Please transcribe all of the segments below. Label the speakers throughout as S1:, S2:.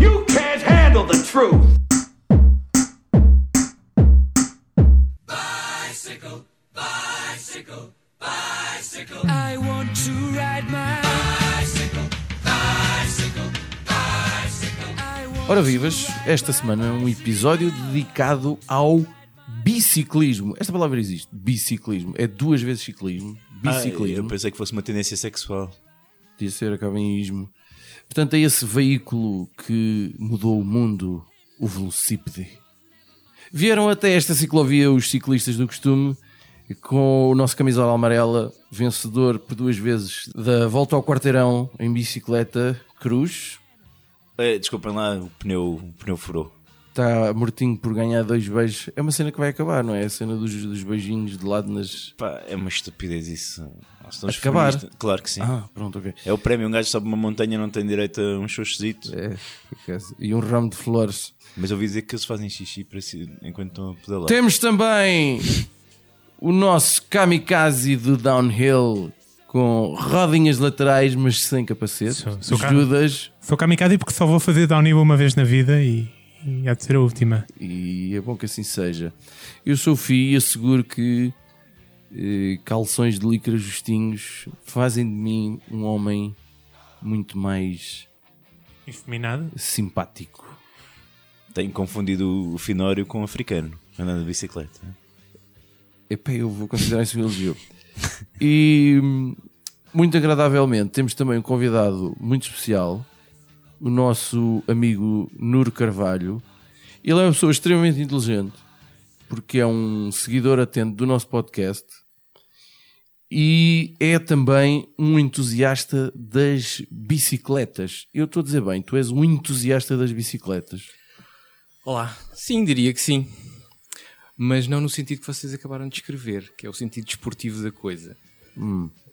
S1: You can't handle the truth.
S2: I want to ride my
S3: Ora vivas, esta semana um episódio dedicado ao biciclismo. Esta palavra existe, biciclismo. É duas vezes ciclismo,
S4: Ah, eu
S3: biciclismo.
S4: pensei que fosse uma tendência sexual.
S3: Podia ser, acaba em ismo. Portanto, é esse veículo que mudou o mundo, o velocípede. Vieram até esta ciclovia os ciclistas do costume com o nosso camisola amarela, vencedor por duas vezes da volta ao quarteirão em bicicleta, Cruz.
S4: Eh, desculpem lá, o pneu, o pneu furou.
S3: Está tá mortinho por ganhar dois beijos. É uma cena que vai acabar, não é? A cena dos, dos beijinhos de lado nas.
S4: Pá, é uma estupidez isso. Nós estamos
S3: Acabar.
S4: feministas. Claro que sim.
S3: Ah, pronto, ok.
S4: É o prémio, um gajo sobe uma montanha não tem direito a um xoxozito.
S3: É, esquece. e um ramo de flores.
S4: Mas eu ouvi dizer que eles fazem xixi para si, enquanto estão a pedalar.
S3: Temos também o nosso kamikaze do downhill com rodinhas laterais, mas sem capacete.
S5: Sou- sou cá.
S3: Judas.
S5: Sou kamikaze porque só vou fazer downhill uma vez na vida e, e há de ser a última.
S3: E é bom que assim seja. Eu sou o Fih e asseguro que eh, calções de licra justinhos fazem de mim um homem muito mais
S5: Infeminado.
S3: simpático.
S4: Tenho confundido o finório com o africano, andando de bicicleta.
S3: Epá, eu vou considerar isso um elogio. E hum, muito agradavelmente temos também um convidado muito especial, o nosso amigo Nuro Carvalho. Ele é uma pessoa extremamente inteligente, porque é um seguidor atento do nosso podcast e é também um entusiasta das bicicletas. Eu estou a dizer bem, tu és um entusiasta das bicicletas.
S6: Olá, sim, diria que sim. Mas não no sentido que vocês acabaram de escrever, que é o sentido desportivo da coisa.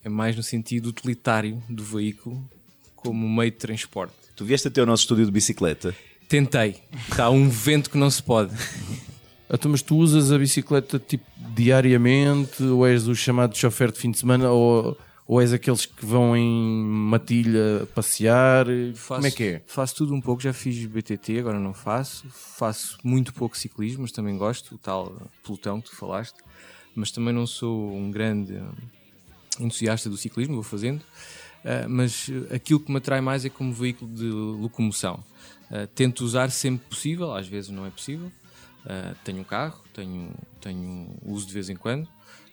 S6: É mais no sentido utilitário do veículo como meio de transporte.
S4: Tu vieste até o nosso estúdio de bicicleta?
S6: Tentei. Está um vento que não se pode.
S3: Então, mas tu usas a bicicleta tipo diariamente? Ou és do chamado chofer de fim de semana? Ou, ou és aqueles que vão em matilha passear? Como é que é?
S6: Faço tudo um pouco. Já fiz BTT, agora não faço. Faço muito pouco ciclismo, mas também gosto. O tal pelotão que tu falaste. Mas também não sou um grande hum, entusiasta do ciclismo, vou fazendo. Ah, mas eh, aquilo que me atrai mais é como veículo de locomoção. Ah, tento usar sempre possível, às vezes não é possível. Ah, tenho um carro, tenho, tenho uso de vez em quando.
S3: É.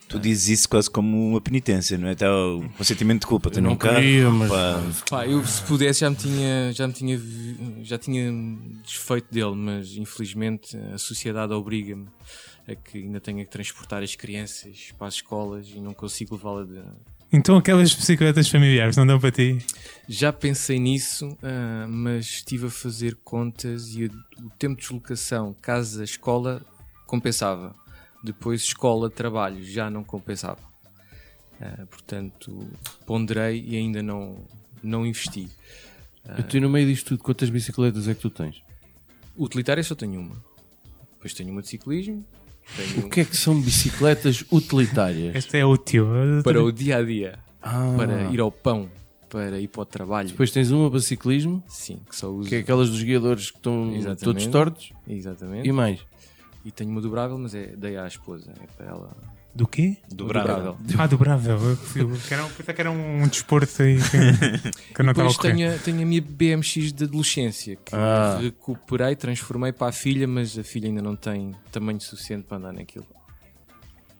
S4: Tu dizes isso quase como uma penitência, não é? Até o um sentimento de culpa. Tu não
S3: queria, mas-
S6: Pá, eu se pudesse já me tinha, já me tinha, vi- já tinha desfeito dele, mas infelizmente a sociedade obriga-me a que ainda tenha que transportar as crianças para as escolas e não consigo levá-la de.
S5: Então aquelas bicicletas familiares não dão para ti?
S6: Já pensei nisso, ah, mas estive a fazer contas e o tempo de deslocação casa-escola compensava. Depois escola-trabalho já não compensava. Ah, portanto, ponderei e ainda não, não investi.
S3: Eu tenho no meio disto tudo, quantas bicicletas é que tu tens?
S6: Utilitária só tenho uma. Depois tenho uma de ciclismo. Tenho
S3: O que é que são bicicletas utilitárias?
S5: Este é útil.
S6: para o dia a dia,
S3: Ah,
S6: para ir ao pão, para ir para o trabalho.
S3: Depois tens uma para ciclismo,
S6: Sim, que só uso.
S3: que é aquelas dos guiadores que estão
S6: Exatamente.
S3: todos tortos.
S6: Exatamente.
S3: E mais?
S6: E... tenho uma dobrável, mas é dei à esposa. É para ela.
S5: Do quê?
S4: Dobrável.
S5: Ah, dobrável. Eu eu quero- pensava que era um desporto aí que, que eu
S3: Então,
S5: não estava a
S6: Depois
S5: correr.
S6: tenho a, tenho a minha BMX de adolescência, que
S3: Ah.
S6: recuperei, transformei para a filha, mas a filha ainda não tem tamanho suficiente para andar naquilo.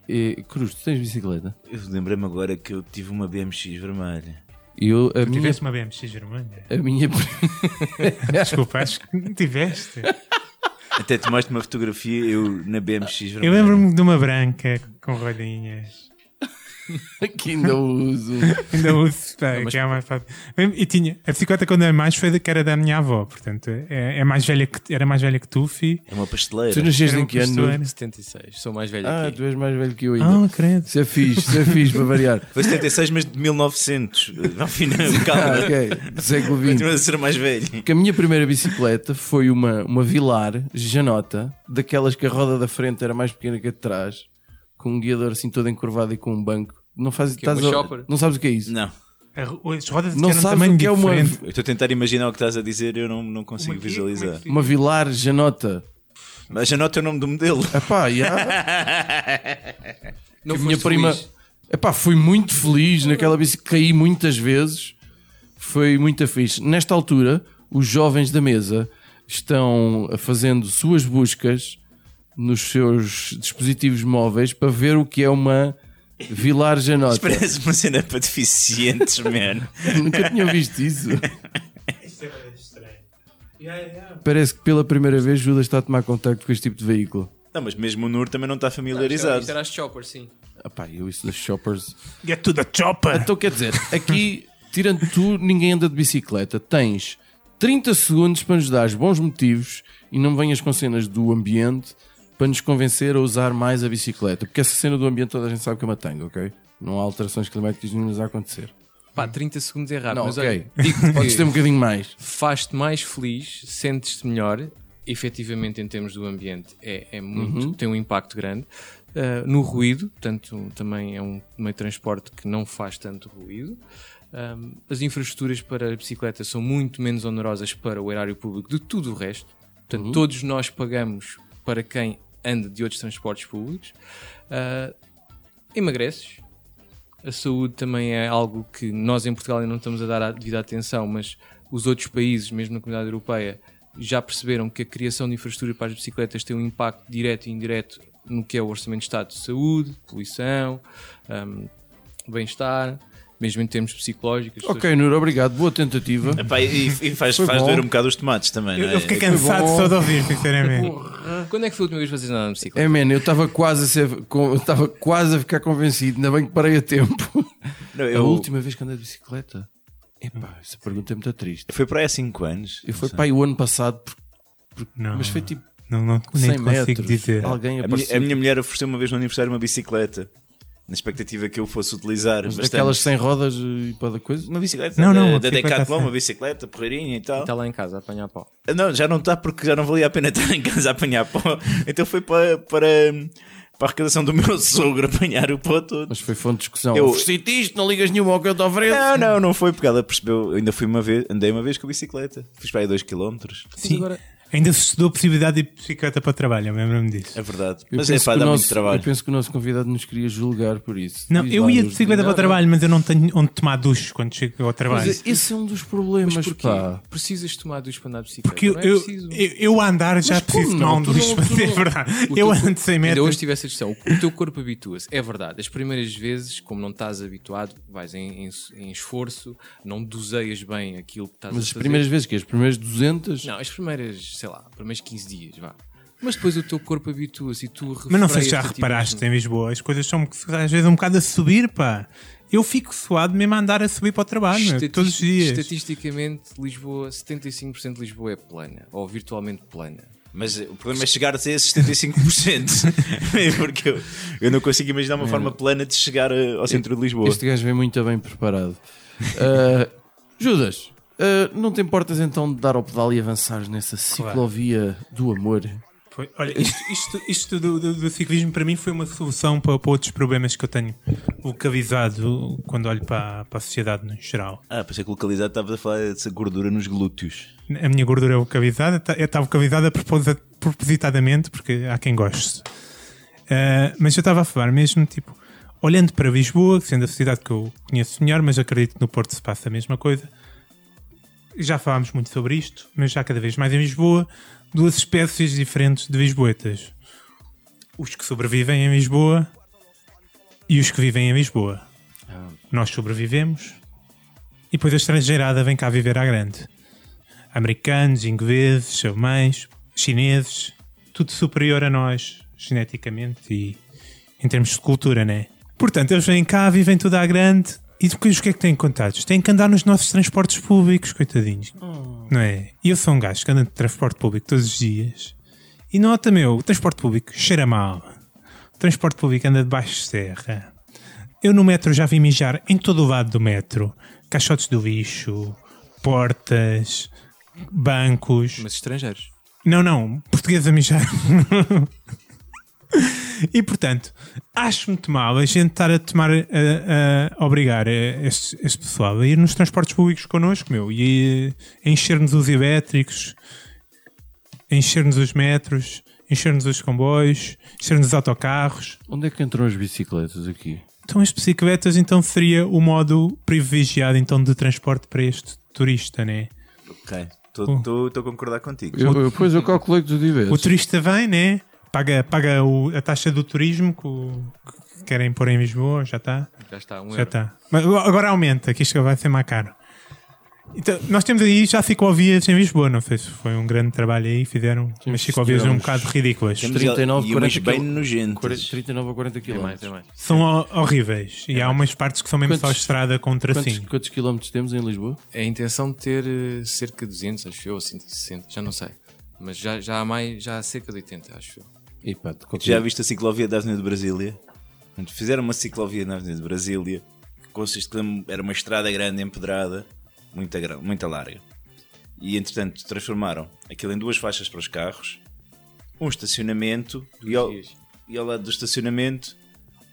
S3: E, Cruz, tu tens bicicleta?
S4: Eu lembrei-me agora que eu tive uma BMX vermelha.
S3: Eu, a,
S5: Tu
S3: minha,
S5: tiveste uma BMX vermelha?
S3: a minha.
S5: Desculpa, acho que não tiveste.
S4: Até tomaste uma fotografia eu na BMX vermelha.
S5: Eu lembro-me de uma branca com rodinhas.
S3: que ainda uso.
S5: Ainda uso, pá, que é mais fácil. Mesmo- E tinha, a bicicleta quando era mais foi da que era da minha avó, portanto, é, é mais velha que, era mais velha que tu, fi.
S4: É uma pasteleira.
S3: Tu nasceste
S5: Era
S3: em
S5: uma
S3: que ano?
S5: pistoleira.
S6: 76, sou mais velho
S3: Ah,
S6: aqui.
S3: tu és mais velho que eu ainda.
S5: Ah, credo.
S3: Isso é fixe, isso é fixe para variar.
S4: Foi 76, mas de 1900. Não, afinal, calma.
S3: Ah, ok. Século XX.
S4: Continua a ser mais velho.
S3: Que a minha primeira bicicleta foi uma, uma Vilar Janota, daquelas que a roda da frente era mais pequena que a de trás, com um guiador assim todo encurvado e com um banco. Não fazes,
S6: Que é uma
S3: estás a-
S6: chopper?
S3: não sabes o que é isso?
S4: Não.
S5: A ro- As rodas
S3: Não
S5: eram
S3: sabes
S5: tamanho
S3: o que é uma-
S5: diferente.
S4: Eu estou a tentar imaginar o que estás a dizer eu não, não consigo
S5: Como é que é?
S4: visualizar.
S5: Como é que
S3: Uma Vilar Janota. é
S4: Mas anota o nome do modelo.
S3: Epá, já.
S6: Não
S3: a minha
S6: foste
S3: prima.
S6: feliz?
S3: Epá, fui muito feliz naquela bicicleta, caí muitas vezes. Foi muito fixe. Nesta altura, os jovens da mesa estão fazendo suas buscas nos seus dispositivos móveis para ver o que é uma Vilar Janota.
S4: Parece uma cena para deficientes, mano.
S3: Nunca tinha visto isso. Parece que pela primeira vez Judas está a tomar contacto com este tipo de veículo.
S4: Não, mas mesmo o Nur também não está
S6: Isto
S4: familiarizado.
S6: era as Chopper, sim.
S3: Ah pá, eu isso das shoppers.
S5: Get to the chopper!
S3: Então quer dizer, aqui, tirando tu, ninguém anda de bicicleta. Tens 30 segundos para nos dar bons motivos e não venhas com cenas do ambiente para nos convencer a usar mais a bicicleta. Porque essa cena do ambiente toda a gente sabe que é uma tanga, ok? Não há alterações climáticas nenhumas a acontecer.
S6: Pá, 30 segundos é rápido.
S3: não,
S6: mas
S3: ok.
S6: olha, digo-te
S3: Podes
S6: que
S3: ter um bocadinho mais.
S6: faz-te mais feliz, sentes-te melhor, efetivamente em termos do ambiente é, é muito, tem um impacto grande. Ah, no ruído, portanto, também é um meio de transporte que não faz tanto ruído. Ah, as infraestruturas para a bicicleta são muito menos onerosas para o erário público de tudo o resto. Portanto, todos nós pagamos para quem anda de outros transportes públicos. Ah, emagreces, a saúde também é algo que nós em Portugal ainda não estamos a dar a devida atenção, mas os outros países, mesmo na comunidade europeia, já perceberam que a criação de infraestrutura para as bicicletas tem um impacto direto e indireto no que é o orçamento de Estado de saúde, poluição, hum, bem-estar, mesmo em termos psicológicos. as pessoas-
S3: Ok, Nuno, obrigado. Boa tentativa.
S4: Epá, e, e faz,
S3: Foi
S4: faz
S3: bom.
S4: doer um bocado os tomates também.
S5: Eu,
S4: não é?
S5: eu fiquei cansado
S3: bom.
S5: só de ouvir, sinceramente.
S6: Quando é que foi a última vez que vocês andaram de bicicleta?
S3: É, man, eu estava quase a ser, com- eu estava quase a ficar convencido, ainda bem que parei a tempo.
S4: Não,
S3: A
S4: eu-
S3: última vez que andei de bicicleta? Epá, essa pergunta é muito triste.
S4: Foi para aí há 5 anos.
S3: Eu fui
S4: Não
S3: para aí o ano passado, porque-
S5: Não,
S3: mas foi tipo
S5: não, não, nem
S3: 100
S5: te consigo
S3: metros.
S5: dizer.
S3: Alguém
S4: sei. a, minha,
S3: apareceu.
S4: a minha mulher ofereceu uma vez no aniversário uma bicicleta, na expectativa que eu fosse utilizar.
S3: Mas
S4: bastante.
S3: daquelas sem rodas e para da coisa?
S4: Uma bicicleta
S5: Não,
S4: da-
S5: não, uma
S4: da
S5: bicicleta
S4: Decathlon,
S5: assim.
S4: uma bicicleta, porreirinha e tal.
S3: Então.
S4: Ah,
S6: Está lá em casa a apanhar pau.
S4: Não, já não está porque já não valia a pena estar em casa a apanhar pó. Então foi para, para, para a arrecadação do meu sogro apanhar o pó todo.
S3: Mas foi fonte de discussão.
S4: Eu-
S3: Eu... Ofereci-te isto, não ligas nenhuma ao que eu te ofereço.
S4: Não, não, não foi, porque ela percebeu. Eu Ainda fui uma vez, andei uma vez com a bicicleta. Fiz para aí 2km.
S3: assim.
S5: Sim. Ainda se estudou a possibilidade de ir de bicicleta para o trabalho, lembro-me disso.
S4: É verdade.
S3: Eu
S4: Mas é
S3: penso
S4: para
S3: que o
S4: dar
S3: nosso-
S4: muito
S3: Eu
S4: trabalho.
S3: penso que o nosso convidado nos queria julgar por isso.
S5: Não,
S3: Diz
S5: eu
S3: lá,
S5: ia de
S3: Deus.
S5: bicicleta para o trabalho, mas eu não tenho onde tomar duche quando chego ao trabalho.
S3: Mas esse é um dos problemas,
S6: Mas porquê?
S3: pá.
S6: Precisas tomar duas para andar de bicicleta?
S5: Porque eu,
S6: não é
S5: eu,
S6: preciso.
S5: eu, eu a andar já
S3: Mas como
S5: preciso
S3: não?
S5: tomar um
S3: Tu
S5: duche,
S3: não-
S5: mas
S3: tu
S5: é
S3: não-
S5: verdade.
S6: O
S5: Eu
S6: teu
S5: ando
S6: corpo-
S5: sem
S6: Ainda hoje
S5: metros.
S6: tive essa discussão. O teu corpo habitua-se. É verdade. As primeiras vezes, como não estás habituado, vais em, em- em esforço, não doseias bem aquilo que estás
S3: Mas
S6: a
S3: as
S6: fazer.
S3: primeiras vezes que é As primeiras 200?
S6: Não, as primeiras, sei lá, primeiros 15 dias, vá. Mas depois o teu corpo habitua-se e tu tipo,
S5: Mas não sei se
S6: refreias
S5: já
S6: a ti
S5: reparaste
S6: mesmo.
S5: em Lisboa, as coisas são às vezes um bocado a subir, pá. Eu fico suado mesmo a andar a subir para o trabalho, meu,
S6: Estati-
S5: é? todos os dias.
S6: Estatisticamente, Lisboa, 75% de Lisboa é plana, ou virtualmente plana.
S4: Mas o problema é chegar a esses 75%. É porque eu, eu não consigo imaginar uma forma plana de chegar eh, ao centro de Lisboa.
S3: É. Este gajo vem muito bem preparado. Ah, Judas, ah, não te importas então de dar ao pedal e avançares nessa ciclovia do amor?
S5: Foi- Olha, isto, isto, isto do, do- do ciclismo para mim foi uma solução para, para outros problemas que eu tenho localizado quando olho para, para a sociedade no geral.
S4: Ah, pensei que localizado estava a falar dessa gordura nos glúteos.
S5: A minha gordura é vocalizada, tá- eu estava vocalizada proposa- propositadamente, porque há quem goste. Ah, mas eu estava a falar mesmo, tipo, olhando para Lisboa, que sendo a cidade que eu conheço melhor, mas acredito que no Porto se passa a mesma coisa. Já falámos muito sobre isto, mas já cada vez mais em Lisboa, duas espécies diferentes de lisboetas. Os que sobrevivem em Lisboa e os que vivem em Lisboa. Nós sobrevivemos e depois a estrangeirada vem cá viver à grande americanos, ingleses, alemães, chineses, tudo superior a nós geneticamente e em termos de cultura, né? Portanto, eles vêm cá, vivem tudo à grande. E depois o que é que têm contatos? Têm que andar nos nossos transportes públicos, coitadinhos. Não é? E eu sou um gajo que anda de transporte público todos os dias. E nota, meu, o transporte público cheira mal. O transporte público anda debaixo de serra. Eu no metro já vi mijar em todo o lado do metro. Caixotes do lixo, portas, bancos.
S6: Mas estrangeiros.
S5: Não, não, português a mijar. e portanto, acho muito mal a gente estar a tomar, a, a obrigar eh, este, este pessoal a ir nos transportes públicos connosco, meu, e eh, a encher-nos os elétricos, a encher-nos os metros, a encher-nos os comboios, a encher-nos os autocarros.
S3: Onde é que entram as bicicletas aqui?
S5: Então, as bicicletas então seria o modo privilegiado então de transporte para este turista, né?
S4: Ok. Estou a concordar contigo.
S3: Eu, eu- pois eu calculei que tu
S5: O
S3: tiveste.
S5: turista vem, né? Paga, paga o- a taxa do turismo que, o- que querem pôr em Lisboa, já está.
S6: Já está, um
S3: é?
S5: Já
S6: euro.
S5: está. Mas agora aumenta, que isto vai ser mais caro. Então, nós temos aí já ciclovias em Lisboa, não sei se foi um grande trabalho aí, fizeram
S3: Sim,
S5: umas ciclovias um
S3: senhores.
S5: bocado ridículas.
S4: Temos
S3: 39,
S4: e umas
S3: 40
S4: bem
S3: quil-
S4: nojentas.
S3: 40, 39 a 40
S6: Tem mais,
S3: quilómetros.
S6: tem mais.
S5: São ho- horríveis. E há umas partes que são mesmo só
S3: É. Quantos-
S5: estrada com
S3: Quantos,
S5: tracinho.
S3: quantos quilómetros temos em Lisboa?
S6: É a intenção de ter eh, cerca de 200, acho eu, ou 160, já não sei. Mas já, já, há mais, já há cerca de 80, acho eu.
S3: E pá, de qualquer-
S4: Já viste a ciclovia da Avenida de Brasília? Portanto, Fizeram uma ciclovia na Avenida de Brasília que consiste que era uma estrada grande, empedrada, muita, gra- muita larga. E entretanto transformaram aquilo em duas faixas para os carros, um estacionamento e ao,
S6: vias.
S4: e ao lado do estacionamento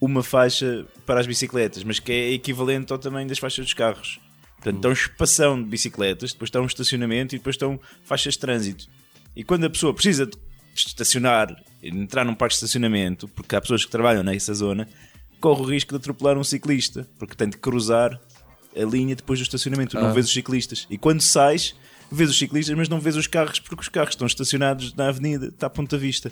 S4: uma faixa para as bicicletas, mas que é equivalente ao tamanho das faixas dos carros. Portanto, estão espação de bicicletas, depois está um estacionamento e depois estão faixas de trânsito. E quando a pessoa precisa de estacionar, entrar num parque de estacionamento, porque há pessoas que trabalham nessa zona, corre o risco de atropelar um ciclista, porque tem de cruzar a linha depois do estacionamento. Tu
S3: Ah.
S4: Não vês os ciclistas. E quando sais, vês os ciclistas, mas não vês os carros, porque os carros estão estacionados na avenida, está à ponta vista.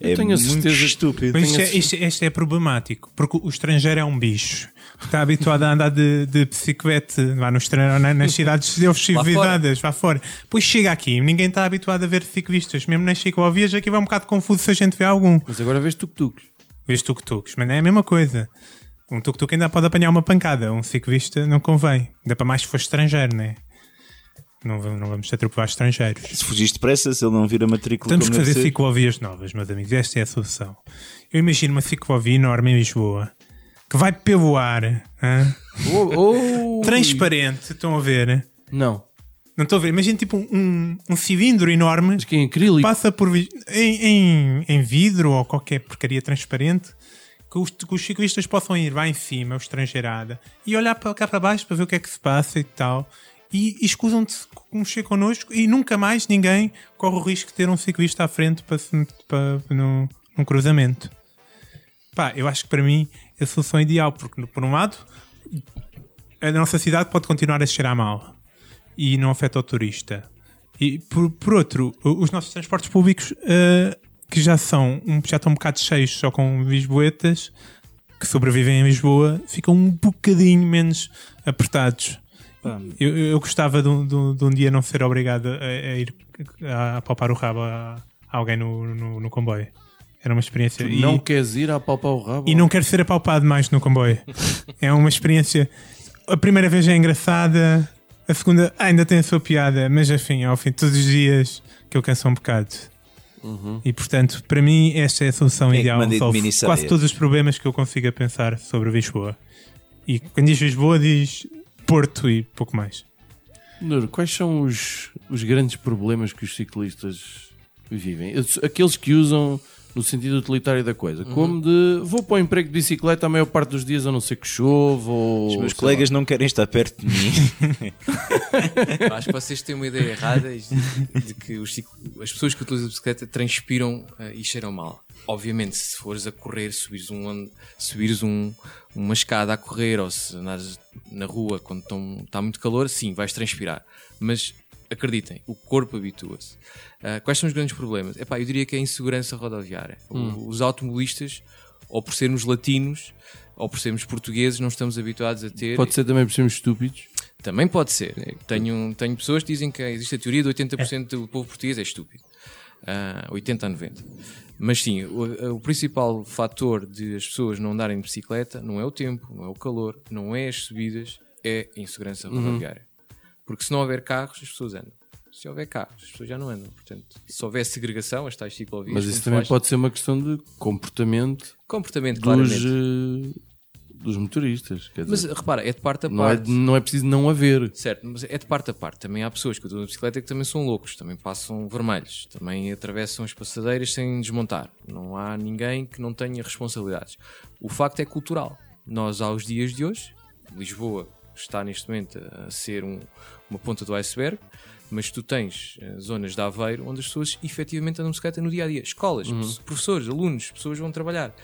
S3: Eu
S4: é
S3: tenho a
S4: muito
S3: certeza-
S4: estúpido.
S5: Mas isto é,
S3: Tenho
S5: isto, isto é problemático, porque o estrangeiro é um bicho. Está habituado a andar de, de biciclete lá no estrangeiro, na- nas cidades deles civilizadas, lá fora. Pois chega aqui, ninguém está habituado a ver ciclistas, mesmo nas ciclovias, aqui vai um bocado confuso se a gente vê algum.
S3: Mas agora vês tuk-tuks.
S5: Vês tuk-tuks, mas não é a mesma coisa. Um tuk-tuk ainda pode apanhar uma pancada, um ciclista não convém. Ainda para mais se for estrangeiro, né? não é? Não vamos atropelar estrangeiros.
S4: Se fugiste depressa, se ele não vir a matrícula,
S5: Temos que
S4: como deve
S5: fazer
S4: ser,
S5: ciclovias novas, meus amigos. Esta é a solução. Eu imagino uma ciclovia enorme em Lisboa que vai pelo ar, hã?
S3: Oh, oh.
S5: transparente. Estão a ver?
S3: Não.
S5: Não estão a ver? Imagina tipo um, um cilindro enorme
S3: Mas que é em acrílico.
S5: passa por vi- em, em- em vidro ou qualquer porcaria transparente que os, que os ciclistas possam ir lá em cima, o estrangeirada, e olhar para cá para baixo para ver o que é que se passa e tal. E, e escusam-se de mexer connosco e nunca mais ninguém corre o risco de ter um ciclista à frente para, se- para, num, num cruzamento. Pá, eu acho que para mim é a solução ideal, porque por um lado a nossa cidade pode continuar a cheirar mal e não afeta o turista. E por, por outro, o- os nossos transportes públicos, ah, que já são um- já estão um bocado cheios só com lisboetas, que sobrevivem em Lisboa, ficam um bocadinho menos apertados. Eu, eu gostava de um, de um- de um dia não ser obrigado a, a ir a, a palpar o rabo a, a alguém no, no- no comboio. Era uma experiência. e-
S3: Não queres ir a palpar o rabo?
S5: e não quero ser apalpado mais no comboio. é uma experiência. A primeira vez é engraçada, a segunda ainda tem a sua piada, mas afim, ao fim, todos os dias que eu canso um bocado. E portanto, para mim, esta é a solução
S4: Uhum. Quem é que
S5: ideal.
S4: manda ir de
S5: Resolve
S4: minissaia?
S5: quase todos os problemas que eu consiga pensar sobre Lisboa. E quando diz Lisboa, diz Porto e pouco mais.
S3: Nuno, quais são os, os grandes problemas que os ciclistas vivem? Aqueles que usam no sentido utilitário da coisa, como de vou para o emprego de bicicleta a maior parte dos dias, a não ser que chova ou.
S4: os meus
S3: sei
S4: colegas não querem estar perto de mim.
S6: Eu Acho que vocês têm uma ideia errada de de que os ciclo- as pessoas que utilizam a bicicleta transpiram eh, e cheiram mal. Obviamente, se fores a correr, subires, um, and- subires um- uma escada a correr ou se andares na rua quando tão- está muito calor, sim, vais transpirar. Mas acreditem, o corpo habitua-se. Ah, quais são os grandes problemas? Epá, eu diria que é a insegurança rodoviária. O- Os automobilistas, ou por sermos latinos, ou por sermos portugueses, não estamos habituados a ter.
S3: lá. Pode ser também por sermos estúpidos.
S6: Também pode ser. Tenho, tenho pessoas que dizem que existe a teoria de 80% do povo português é estúpido. ah, 80 a 90. Mas sim, o, o principal fator de as pessoas não andarem de bicicleta não é o tempo, não é o calor, não é as subidas, é a insegurança
S3: Uhum.
S6: rodoviária. Porque se não houver carros, as pessoas andam. Se houver carros, as pessoas já não andam. Portanto, se houver segregação, as tais ciclovias.
S3: Mas isso
S6: como tu
S3: também
S6: falaste,
S3: pode ser uma questão de comportamento
S6: Comportamento,
S3: dos,
S6: claramente.
S3: eh, dos motoristas. Quer
S6: Mas
S3: dizer,
S6: repara, é de parte a
S3: não, é,
S6: parte.
S3: não é preciso não haver.
S6: Certo, mas é de parte a parte. Também há pessoas que andam de bicicleta que também são loucos, também passam vermelhos, também atravessam as passadeiras sem desmontar. Não há ninguém que não tenha responsabilidades. O facto é cultural. Nós, aos dias de hoje, Lisboa está neste momento a ser um- uma ponta do iceberg, mas tu tens eh, zonas de Aveiro onde as pessoas efetivamente andam de bicicleta no dia a dia. Escolas, professores, alunos, pessoas vão trabalhar.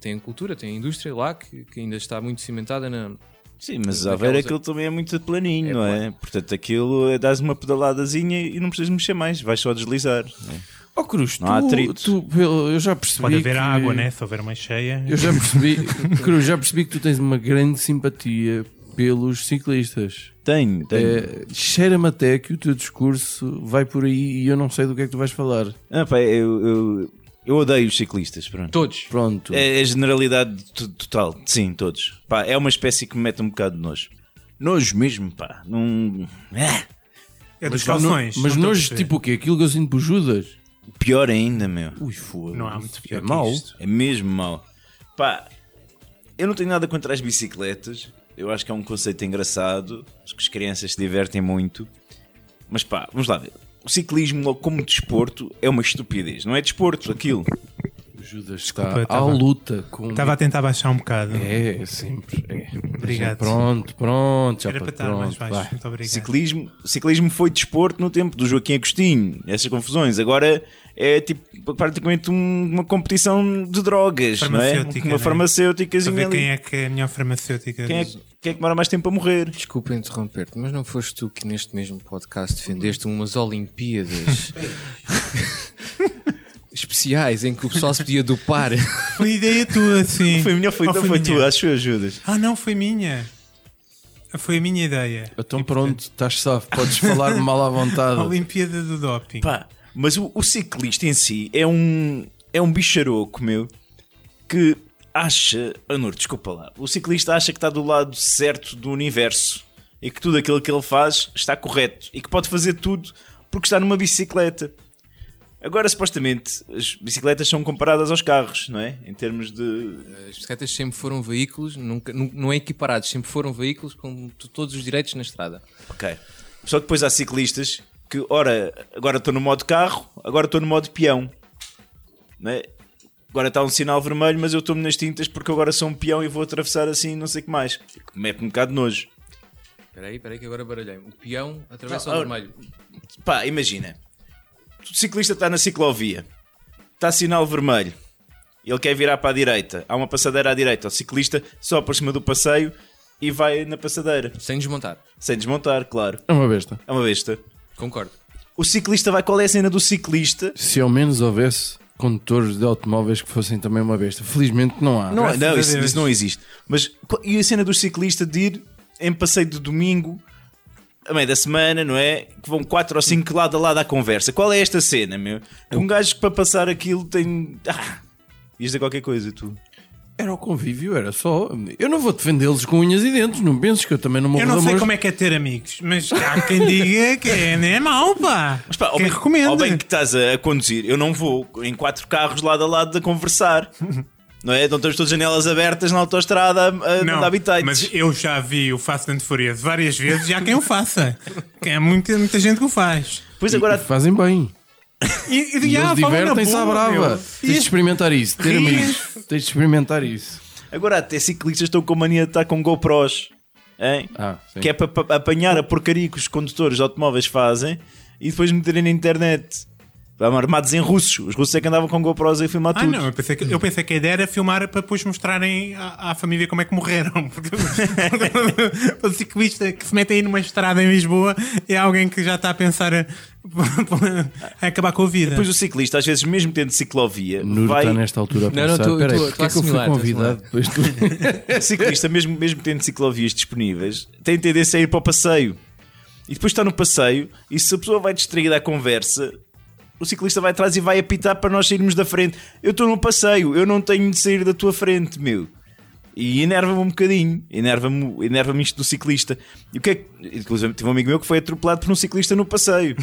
S6: Tem cultura, tem indústria lá que, que ainda está muito cimentada na,
S4: Sim, mas
S6: Daquelas-
S4: a ver aquilo também é muito planinho,
S6: É
S4: não é? Portanto, aquilo é dás uma pedaladazinha e não precisas mexer mais, vais só deslizar. é?
S3: Ó Oh, Cruz,
S4: Não há
S3: tu-
S4: atrito.
S3: tu- eu eu já percebi.
S5: Pode haver
S3: que-
S5: água, né? Se houver mais cheia.
S3: Eu já percebi, Cruz, já percebi que tu tens uma grande simpatia pelos ciclistas.
S4: Tenho, tenho.
S3: É, Cheira-me até que o teu discurso vai por aí e eu não sei do que é que tu vais falar.
S4: Ah, pá, eu, eu, eu odeio os ciclistas, pronto.
S6: todos.
S3: Pronto.
S4: É a generalidade to- total, sim, todos. Pá, é uma espécie que me mete um bocado de nojo. Nojo mesmo, pá. Não... Ah,
S5: É dos
S3: Mas no-
S5: calções.
S3: Mas
S5: não estou a
S3: nós,
S5: perceber.
S3: tipo o quê? Aquilo que eu sinto por Judas?
S4: pior ainda, meu.
S3: Ui, foda
S5: Não há muito pior
S3: É
S5: que
S3: mau.
S5: isto.
S4: É mesmo mau. Pá, eu não tenho nada contra as bicicletas. Eu acho que é um conceito engraçado. Acho que as crianças se divertem muito. Mas pá, vamos lá ver. O ciclismo, logo como desporto, é uma estupidez. Não é desporto aquilo.
S3: O Judas está
S5: Desculpa, eu
S3: à
S5: estava-
S3: luta com.
S5: Estava a tentar baixar um bocado.
S3: É, é sempre. é.
S5: Obrigado.
S3: Pronto, pronto, já
S5: Era para
S3: pronto,
S5: estar mais
S3: vai.
S5: baixo. Muito obrigado.
S4: Ciclismo, ciclismo foi desporto no tempo do Joaquim Agostinho. Essas confusões. Agora é tipo praticamente um- uma competição de drogas, não é?
S5: Farmacêutica, não
S4: Uma
S5: é? Para
S4: farmacêuticazinha
S5: ver
S4: ali.
S5: quem é que é a melhor farmacêutica.
S4: Quem é que- quem é que demora mais tempo a morrer?
S6: Desculpa interromper-te, mas não foste tu que neste mesmo podcast defendeste umas Olimpíadas especiais em que o pessoal se podia dopar?
S5: Foi ideia tua, sim.
S4: Foi melhor, foi,
S5: Ou
S4: então foi
S5: minha?
S4: tu, acho que ajudas.
S5: Ah, não, foi minha. Foi a minha ideia.
S3: Então pronto, estás salvo, podes falar mal à
S5: A
S3: vontade.
S5: Olimpíada do Doping.
S4: Ah. Pá, mas o, o ciclista em si é um, é um bicharoco, meu, que acha. Anur, desculpa lá. O ciclista acha que está do lado certo do universo e que tudo aquilo que ele faz está correto e que pode fazer tudo porque está numa bicicleta. Agora, supostamente, as bicicletas são comparadas aos carros, não é? Em termos de.
S6: As bicicletas sempre foram veículos, nunca, nu- não é equiparados, sempre foram veículos com t- todos os direitos na estrada.
S4: Ok. Só que depois há ciclistas que, ora, agora estou no modo carro, agora estou no modo peão. Né? Agora está um sinal vermelho, mas eu estou-me nas tintas porque agora sou um peão e vou atravessar assim não sei o que mais. Mete um bocado de nojo.
S6: Espera aí, espera aí que agora baralhei O peão atravessa
S4: Não,
S6: o
S4: ah,
S6: vermelho.
S4: Pá, imagina. O ciclista está na ciclovia. Está sinal vermelho. Ele quer virar para a direita. Há uma passadeira à direita. O ciclista só por cima do passeio e vai na passadeira.
S6: Sem desmontar.
S4: Sem desmontar, claro.
S3: É uma besta.
S4: É uma besta.
S6: Concordo.
S4: O ciclista vai... Qual é a cena do ciclista?
S3: Se ao menos houvesse condutores de automóveis que fossem também uma besta. Felizmente não há.
S4: Não,
S5: Graças
S4: não
S5: a
S4: isso,
S5: Deus.
S4: isso não existe. Mas co- e a cena do ciclista de ir em passeio de domingo, a meio da semana, não é? Que vão 4 ou 5 lado a lado à conversa. Qual é esta cena, meu? Um gajo que para passar aquilo tem. Ah, ias dizer qualquer coisa, tu.
S3: Era o convívio, era só. Eu não vou defendê-los com unhas e dentes, não penses que eu também não morro
S5: Eu não
S3: de
S5: sei
S3: amores.
S5: como é que é ter amigos, mas há quem diga que é, não é mau, pá.
S4: Mas pá, ao
S5: quem
S4: bem,
S5: recomenda?
S4: ao bem que estás a, a conduzir, eu não vou em quatro carros lado a lado a conversar. Não é? Não estamos todas janelas abertas na autoestrada a, a
S5: Não,
S4: mandar habitantes.
S5: mas eu já vi o Fast and Furioso várias vezes, já quem o faça. Que Há muita, muita gente que o faz.
S4: Pois agora,
S3: Fazem bem.
S5: E,
S3: E
S5: já,
S3: eles
S5: falam na
S3: divertem-se à
S5: boa,
S3: brava.
S5: meu.
S3: Tens de
S5: E-
S3: experimentar isso. Ter
S5: Riem-se.
S3: amigos. Tens de experimentar isso.
S4: agora até ciclistas estão com mania de estar com GoPros. Hein?
S3: Ah, sim.
S4: que é para pa- apanhar a porcaria que os condutores de automóveis fazem e depois meterem na internet. Vamos Armados em russos. Os russos é que andavam com GoPros a filmar
S5: Ah,
S4: tudo.
S5: não, eu pensei, que, eu pensei que a ideia era filmar para depois mostrarem à, à família como é que morreram. Porque o ciclista que se mete aí numa estrada em Lisboa é alguém que já está a pensar a, a acabar com a vida.
S4: Depois o ciclista, às vezes, mesmo tendo ciclovia,
S3: Nuno
S4: vai.
S3: está nesta altura a
S6: Não,
S3: pensar.
S6: não, tô-
S3: Espera aí,
S6: tô-
S3: porque
S6: tô a
S3: é que eu fui
S6: assimilar, tô a
S3: convidado? Depois tu-
S4: ciclista, mesmo, mesmo tendo ciclovias disponíveis, tem tendência a ir para o passeio. E depois está no passeio, e se a pessoa vai distraída à conversa, o ciclista vai atrás e vai apitar para nós sairmos da frente. Eu estou num passeio, eu não tenho de sair da tua frente, meu. E enerva-me um bocadinho, enerva-me enerva isto do ciclista. E o que é que. Inclusive, tive um amigo meu que foi atropelado por um ciclista no passeio.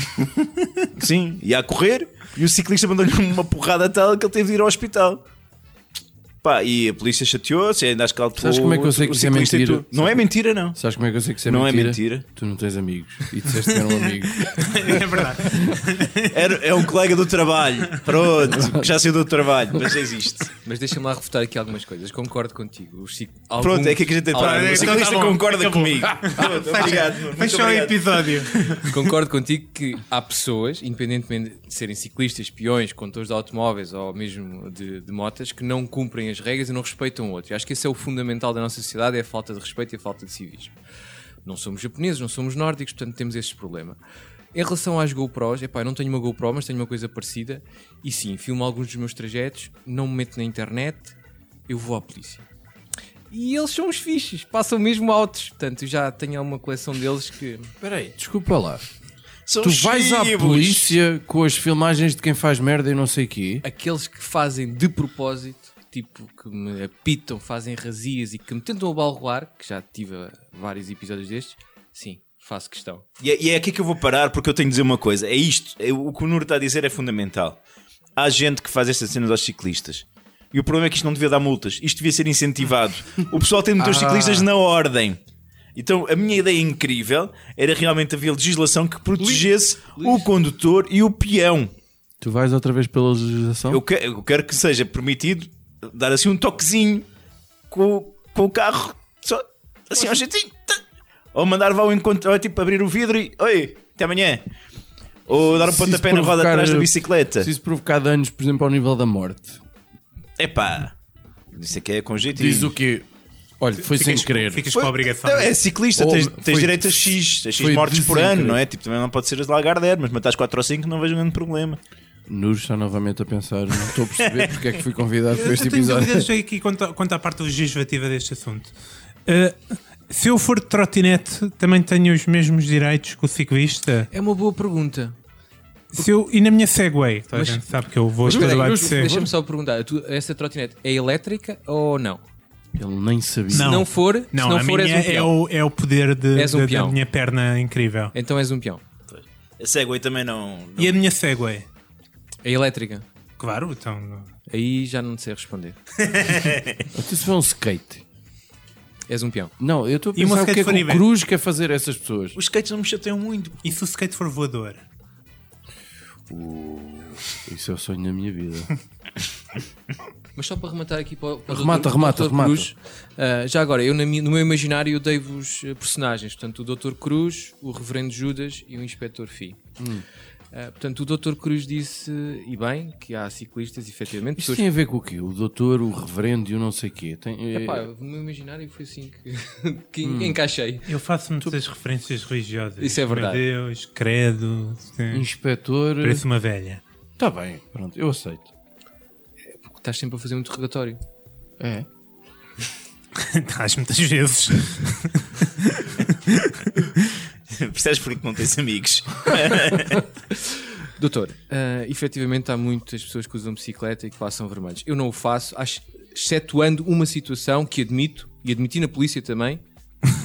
S4: Sim, ia a correr e o ciclista mandou-lhe uma porrada tal que ele teve de ir ao hospital. Pá, e a polícia chateou-se, ainda acho que ela
S3: Sabes como é que eu sei que isso é mentira?
S4: Não é mentira, não.
S3: Sabes como é que eu sei que isso é
S4: Não é
S3: mentira?
S4: mentira.
S3: Tu não tens amigos. E disseste que era um amigo.
S5: é verdade.
S4: Era, é um colega do trabalho. Pronto, que já saiu do trabalho, mas existe.
S6: Mas deixa-me lá refutar aqui algumas coisas. Concordo contigo. Os cic- alguns-
S4: Pronto, é que é que a gente tem de parar.
S6: alguns-
S4: O ciclista
S5: Então tá bom,
S4: concorda
S5: acabou.
S4: comigo. Pronto, obrigado. muito
S5: Fechou o
S4: obrigado.
S5: episódio.
S6: Concordo contigo que há pessoas, independentemente de serem ciclistas, peões, condutores de automóveis ou mesmo de, de motas, que não cumprem as regras e não respeitam o outro. E acho que esse é o fundamental da nossa sociedade, é a falta de respeito e a falta de civismo. Não somos japoneses, não somos nórdicos, portanto temos este problema. Em relação às GoPros, epá, eu não tenho uma GoPro, mas tenho uma coisa parecida. E sim, filmo alguns dos meus trajetos, não me meto na internet, eu vou à polícia. E eles são os fixes, passam mesmo autos. Portanto, eu já tenho uma coleção deles que...
S3: Espera aí, desculpa lá.
S4: São
S3: Tu vais à
S4: chibos.
S3: polícia com as filmagens de quem faz merda e não sei o quê.
S6: aqueles que fazem de propósito, tipo que me apitam, fazem razias e que me tentam abalroar, que já tive eh, vários episódios destes, sim, faço questão.
S4: E é, e é aqui que eu vou parar porque eu tenho de dizer uma coisa. É isto. É, o que o Nuno está a dizer é fundamental. Há gente que faz estas cenas aos ciclistas. E o problema é que isto não devia dar multas. Isto devia ser incentivado. O pessoal tem de meter os
S3: Ah.
S4: ciclistas na ordem. Então a minha ideia incrível era realmente haver legislação que protegesse o condutor e o peão.
S3: Tu vais outra vez pela legislação?
S4: Eu, que- eu quero um que seja permitido dar assim um toquezinho com, o- com o carro, só assim ao jeitinho. Tá. Ou mandar vá ao encontro, ou tipo abrir o vidro e oi, até amanhã. Ou dar um
S3: Se isso
S4: pontapé na roda
S3: provocar- eh,
S4: atrás da bicicleta.
S3: Se isso provocar danos, por exemplo, ao nível da morte.
S4: Epá, isso aqui é com jeitinho.
S3: Diz o quê? Olha, foi sem querer.
S5: Ficas
S4: Foi-
S5: com a obrigação.
S4: Não, é ciclista,
S3: Oh,
S4: tens,
S3: foi-
S4: tens direito a X, a X
S3: foi
S4: mortes por ano,
S3: desencadeado.
S4: não é? Tipo, também não pode ser as lagarder, mas matas 4 ou 5 não vejo grande problema.
S3: Nuno está novamente a pensar, não estou a perceber porque é que fui convidado para
S5: Eu
S3: este
S5: tenho
S3: episódio.
S5: dúvidas aqui quanto, quanto à parte legislativa deste assunto. Eh, se eu for de trotinete, também tenho os mesmos direitos que o ciclista?
S6: É uma boa pergunta.
S5: Se eu, e na minha Segway? Toda a
S6: Mas-
S5: gente sabe que eu vou
S6: Mas
S5: todo
S6: peraí,
S5: lado de
S6: Nuno, deixa-me
S5: Segway.
S6: só perguntar, tu- essa trotinete é elétrica ou não?
S3: Ele nem sabia.
S6: Se não for, se
S5: Não,
S6: não
S5: a
S6: for, és
S5: minha
S6: um
S5: é,
S6: peão.
S5: o, é o poder de,
S6: És um
S5: da- da
S6: peão.
S5: minha perna incrível.
S6: Então és um peão.
S4: A Segway também não. não-
S5: E a minha Segway?
S6: É elétrica.
S5: Claro, então.
S6: Aí já não sei responder.
S3: Até se for um skate.
S6: És um peão.
S3: Não, eu estou a
S5: E uma
S3: pensar o que é que o
S5: skate
S3: Cruz quer fazer a essas pessoas.
S4: Os skates não me chateiam muito.
S5: E se o skate for voador?
S3: Isso é o sonho da minha vida.
S6: Mas só para rematar aqui para, o- para o
S3: Remata,
S6: Dr.
S3: remata,
S6: Dr.
S3: remata.
S6: Cruz, ah, já agora, eu na mi- no meu imaginário eu dei-vos ah, personagens. Portanto, o Dr. Cruz, o Reverendo Judas e o Inspector Fi. Ah, portanto, o Dr. Cruz disse, e bem, que há ciclistas, efetivamente,
S3: Isto
S6: pessoas...
S3: tem a ver com o quê? O doutor, o reverendo e o não sei quê. Tem, eh,
S6: Epá, no meu imaginário foi assim que, que encaixei.
S5: Eu faço muitas referências religiosas.
S6: Isso é verdade.
S5: Meu Deus, credo. sim.
S3: Inspetor.
S5: Parece uma velha.
S3: Está Tá bem, pronto, eu aceito.
S6: Porque estás sempre a fazer um interrogatório.
S3: É.
S5: Estás muitas vezes.
S4: Percebes porque que não tens amigos?
S6: Doutor, ah, efetivamente há muitas pessoas que usam bicicleta e que passam vermelhos. Eu não o faço, acho- excetuando uma situação que admito, e admiti na polícia também,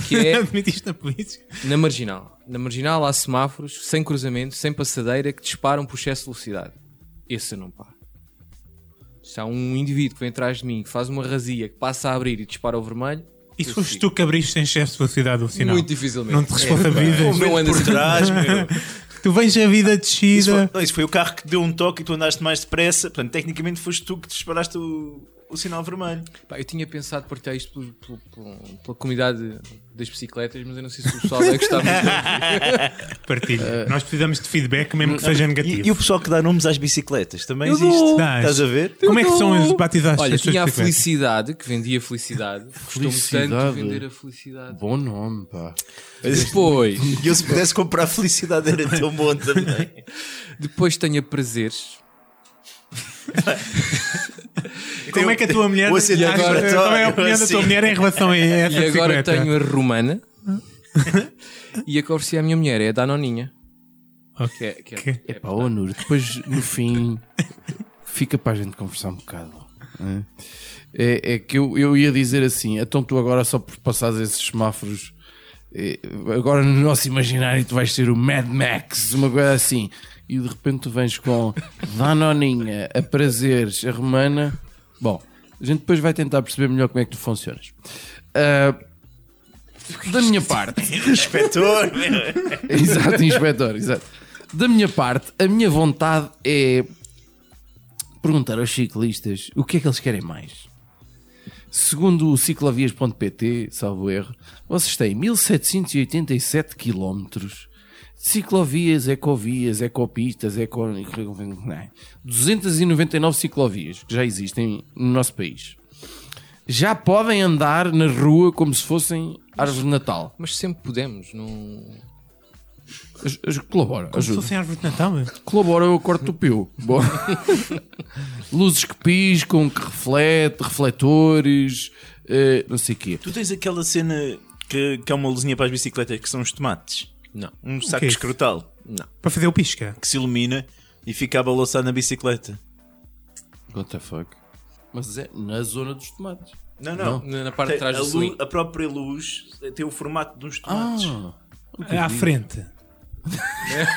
S6: que é...
S5: Admitiste na polícia?
S6: Na marginal. Na marginal há semáforos, sem cruzamento, sem passadeira, que disparam por excesso de velocidade. Esse eu não paro. Se há um indivíduo que vem atrás de mim, que faz uma razia, que passa a abrir e dispara ao vermelho,
S5: E se foste tu que abriste em excesso de velocidade o sinal?
S6: muito dificilmente.
S5: Não te responsabilizas.
S6: É, não andas
S4: por trás, meu.
S5: Tu vens a vida
S4: Isso foi,
S5: descida.
S4: não, isso foi o carro que deu um toque e tu andaste mais depressa. Portanto, tecnicamente foste tu que disparaste o, o sinal vermelho.
S6: Pá, eu tinha pensado partilhar isto pelo- pelo- pelo- pela comunidade das bicicletas, mas eu não sei se o pessoal vai gostar muito.
S5: Partilha.
S6: É.
S5: Nós precisamos de feedback, mesmo que seja negativo.
S4: E, e o pessoal que dá nomes às bicicletas também
S6: Eu
S4: existe.
S6: dou.
S5: Dás.
S4: Estás a ver?
S5: Como é que são os batizados?
S6: Olha,
S5: das suas
S6: tinha a
S5: bicicletas?
S6: felicidade, que vendia felicidade. Custou-me tanto
S3: Felicidade.
S6: vender a felicidade.
S3: Bom nome, pá.
S6: Depois...
S4: E eu, se pudesse comprar felicidade, era tão bom também.
S6: Depois tenho a prazeres.
S5: Como é que a tua mulher.
S4: O acidente
S5: Ah,
S6: agora-
S5: Qual é a opinião da tua
S4: Assim.
S5: mulher em relação a essa
S6: E agora
S5: bicicleta?
S6: tenho a romana. e a que ofereci à minha mulher é a Danoninha. Que é, que é,
S5: Que-
S6: é
S3: Pá, ô, Nuno, depois no fim fica para a gente conversar um bocado. né? É, é que eu, eu ia dizer assim: então tu agora só por passares esses semáforos, eh, agora no nosso imaginário tu vais ser o Mad Max, uma coisa assim, e de repente tu vens com Danoninha a prazeres, a romana. Bom, a gente depois vai tentar perceber melhor como é que tu funcionas. Ah, da minha parte,
S4: Inspetor, meu.
S3: Exato, inspetor, exato. Da minha parte, a minha vontade é perguntar aos ciclistas o que é que eles querem mais. Segundo o ciclovias.pt, salvo erro, vocês têm 1787 km de ciclovias, ecovias, ecopistas, eco... né? 299 ciclovias que já existem no nosso país. Já podem andar na rua como se fossem árvore de Natal.
S6: Mas sempre pudemos, não.
S3: Aj- aj- Colabora,
S5: Como se
S3: ajuda.
S5: fossem árvores de Natal, meu.
S3: Colabora eu corte do pio. Bom. Luzes que piscam, que reflete, refletores, eh, não sei o quê.
S4: tu tens aquela cena que, que é uma luzinha para as bicicletas que são os tomates.
S6: Não.
S4: Um
S5: que
S4: saco
S5: é isso?
S4: escrotal
S5: Para fazer o pisca.
S4: que se ilumina e fica balançado na bicicleta.
S3: What the fuck? Mas é na zona dos tomates.
S4: Não, não.
S6: Na, na parte de
S4: Tem-
S6: trás
S4: a,
S6: do
S4: lu-
S6: swing.
S4: a própria luz tem o formato de uns tomates.
S3: Ah,
S5: À frente.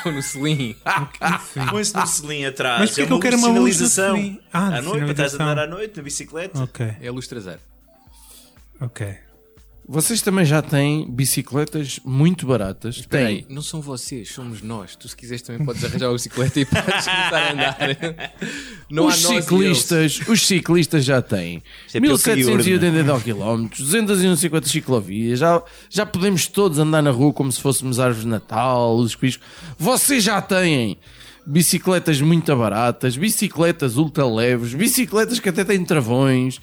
S6: É, no selim.
S4: Põe-se no selim atrás.
S5: Ah. Mas porquê
S4: é
S5: que eu quero uma luz no
S4: sinalização.
S5: selim? Ah, de
S4: à noite, para estás a
S5: sinalização.
S4: andar à noite na bicicleta.
S5: Ok,
S6: É a luz traseira.
S5: ok.
S3: Vocês também já têm bicicletas muito baratas.
S6: Espera
S3: Têm.
S6: aí, não são vocês, somos nós. Tu, se quiseres, também podes arranjar uma bicicleta e podes começar a andar. Não
S3: Os
S6: há nós e
S3: ciclistas, os ciclistas já têm
S4: é pior que a
S3: 1789 km, 250 um ciclovias, já, já podemos todos andar na rua como se fôssemos árvores de Natal, os piscos. Vocês já têm bicicletas muito baratas, bicicletas ultra leves, bicicletas que até têm travões,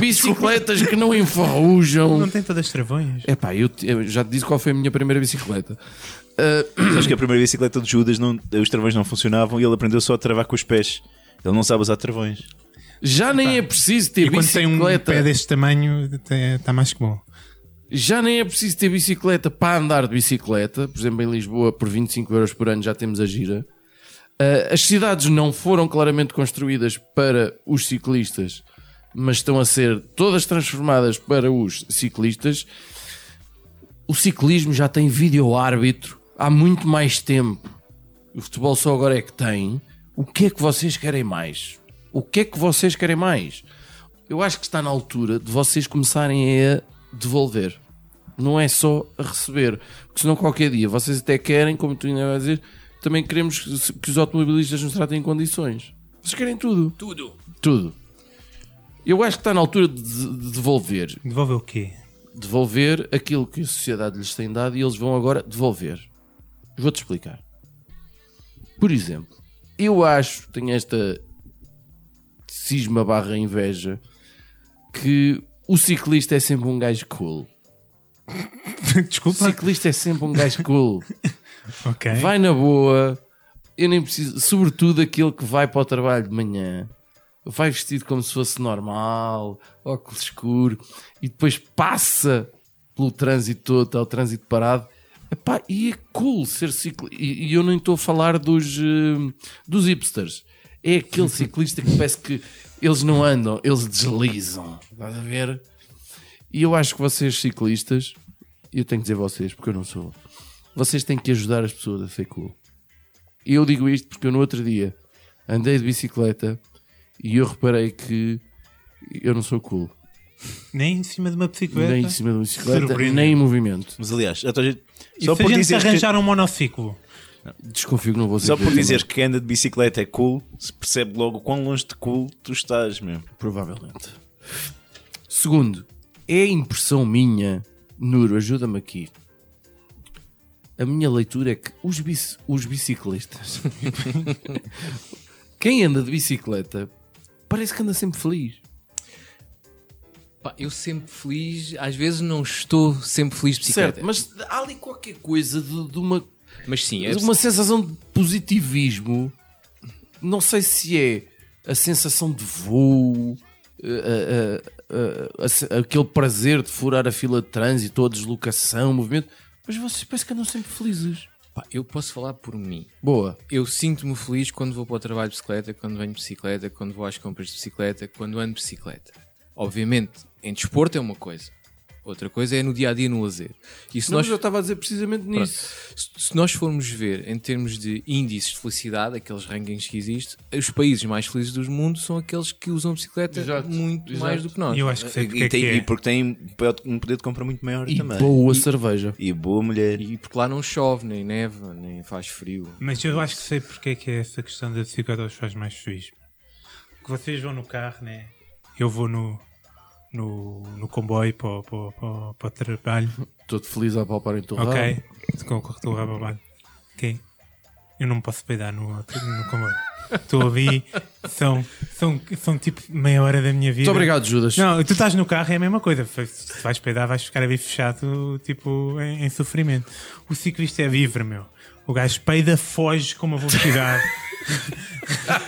S3: bicicletas que não enferrujam.
S5: Não tem todas as travões?
S3: Epá, eu, te- eu já te disse qual foi a minha primeira bicicleta.
S4: Acho que a primeira bicicleta de Judas não- os travões não funcionavam e ele aprendeu só a travar com os pés. Ele não sabe usar travões.
S3: Já nem é preciso ter
S5: E quando tem um
S3: bicicleta.
S5: pé deste tamanho, está mais que bom.
S3: Já nem é preciso ter bicicleta para andar de bicicleta. Por exemplo, em Lisboa, por 25 euros por ano já temos a gira. Ah, as cidades não foram claramente construídas para os ciclistas, mas estão a ser todas transformadas para os ciclistas. O ciclismo já tem vídeo-árbitro há muito mais tempo. O futebol só agora é que tem. O que é que vocês querem mais? O que é que vocês querem mais? Eu acho que está na altura de vocês começarem a devolver. Não é só a receber. Porque senão qualquer dia vocês até querem, como tu ainda vais dizer, também queremos que se- que os automobilistas nos tratem em condições. Vocês querem tudo. Tudo. Tudo. Eu acho que está na altura de- de devolver.
S5: Devolve o quê?
S3: Devolver aquilo que a sociedade lhes tem dado e eles vão agora devolver. Vou-te explicar. Por exemplo, eu acho, tenho esta cisma barra inveja, que o ciclista é sempre um gajo cool. O
S5: Desculpa.
S3: ciclista é sempre um gajo cool.
S5: Ok.
S3: Vai na boa. Eu nem preciso. Sobretudo aquele que vai para o trabalho de manhã. Vai vestido como se fosse normal, óculos escuro, e depois passa pelo trânsito todo, está o trânsito parado. Epá, e é cool ser ciclista. E, e eu nem estou a falar dos, eh, dos hipsters. É aquele ciclista que parece que eles não andam, eles deslizam. Estás a ver? E eu acho que vocês, ciclistas, e eu tenho que dizer vocês, porque eu não sou, vocês têm que ajudar as pessoas a ser cool. E eu digo isto porque eu no outro dia andei de bicicleta e eu reparei que eu não sou cool.
S5: Nem em cima de uma bicicleta.
S3: Nem em cima de uma bicicleta,
S5: Surpreende.
S3: nem em movimento.
S4: Mas aliás, a tua gente-
S5: E
S4: só
S5: se
S4: por
S5: a gente se
S4: dizer que
S5: arranjar um monociclo?
S3: Desconfio que não vou ser
S4: Só por
S3: cool
S4: dizer que quem anda de bicicleta é cool, se percebe logo quão longe de cool tu estás, meu.
S3: também, Provavelmente. Segundo, é impressão minha, Nuro, ajuda-me aqui. A minha leitura é que os, bici- os biciclistas. Quem anda de bicicleta parece que anda sempre feliz.
S6: eles. Pá, eu sempre feliz, às vezes não estou sempre feliz de bicicleta.
S3: Certo, mas há ali qualquer coisa de, de uma,
S6: mas, sim, é
S3: de uma sensação de positivismo. Não sei se é a sensação de voo, eh, a- a- a- a se- aquele prazer de furar a fila de trânsito, ou a deslocação, o movimento. Mas vocês parecem que andam sempre felizes.
S6: Pá, eu posso falar por mim.
S3: Boa.
S6: Eu sinto-me feliz quando vou para o trabalho de bicicleta, quando venho de bicicleta, quando vou às compras de bicicleta, quando ando de bicicleta. Obviamente, em desporto é uma coisa. Outra coisa é no dia a dia, no lazer. E se
S3: Não,
S6: nós
S3: mas eu estava a dizer precisamente
S6: Pronto.
S3: nisso.
S6: Se se nós formos ver em termos de índices de felicidade, aqueles rankings que existem, os países mais felizes do mundo são aqueles que usam bicicleta
S3: Exato,
S6: muito
S3: exato.
S6: mais do que nós.
S5: E eu acho que sei porque
S4: E,
S5: é
S4: tem-
S5: que
S4: e
S5: é.
S4: porque tem um poder- um poder de compra muito maior
S3: E
S4: também.
S3: boa cerveja.
S4: E boa mulher.
S6: E porque lá não chove, nem neva, nem faz frio.
S5: Mas eu acho que sei porque é que é essa questão da bicicleta os faz mais feliz. Que vocês vão no carro, né? Eu vou no, no, no comboio para, o- para, o- para, o- para o trabalho.
S3: Estou feliz a palpar em torrão.
S5: Ok? Com o corretor a babar. Ok? Eu não posso peidar no, no comboio. Estou a ouvir. São, são, são tipo meia hora da minha vida.
S3: Muito obrigado, Judas.
S5: Não, tu estás no carro é a mesma coisa. Se vais peidar, vais ficar a vir fechado, tipo, em, em sofrimento. O ciclista é livre, meu. O gajo peida, foge com uma velocidade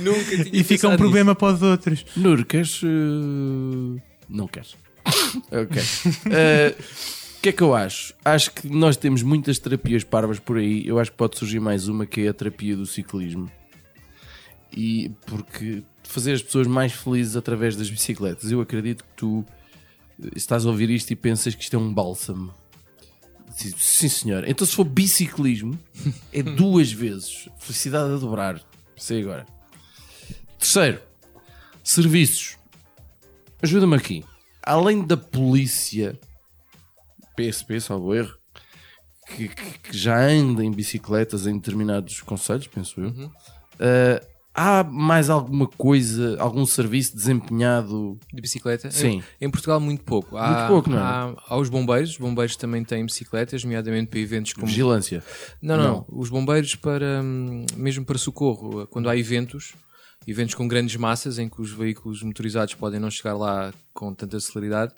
S6: Nunca tinha
S5: e fica um problema para os outros.
S3: Nur, queres. eh, Não queres. ok. Eh, O que é que eu acho? Acho que nós temos muitas terapias parvas por aí. Eu acho que pode surgir mais uma que é a terapia do ciclismo. E porque fazer as pessoas mais felizes através das bicicletas. Eu acredito que tu eh, estás a ouvir isto e pensas que isto é um bálsamo. Sim, sim, senhor. Então, se for biciclismo, é duas vezes. Felicidade a dobrar. Sei agora. Terceiro, serviços. Ajuda-me aqui. Além da polícia, PSP, salvo erro, que, que- que já anda em bicicletas em determinados conselhos, penso eu, ah, há mais alguma coisa, algum serviço desempenhado?
S6: de bicicleta?
S3: Sim.
S6: Em, em Portugal, muito pouco. Há,
S3: Muito pouco, não é?
S6: Há, há os bombeiros, os bombeiros também têm bicicletas, nomeadamente para eventos
S3: Hum.
S6: como
S3: Vigilância.
S6: Não, não, Os bombeiros para hum, mesmo para socorro, eh, quando há eventos, eventos com grandes massas em que os veículos motorizados podem não chegar lá com tanta celeridade,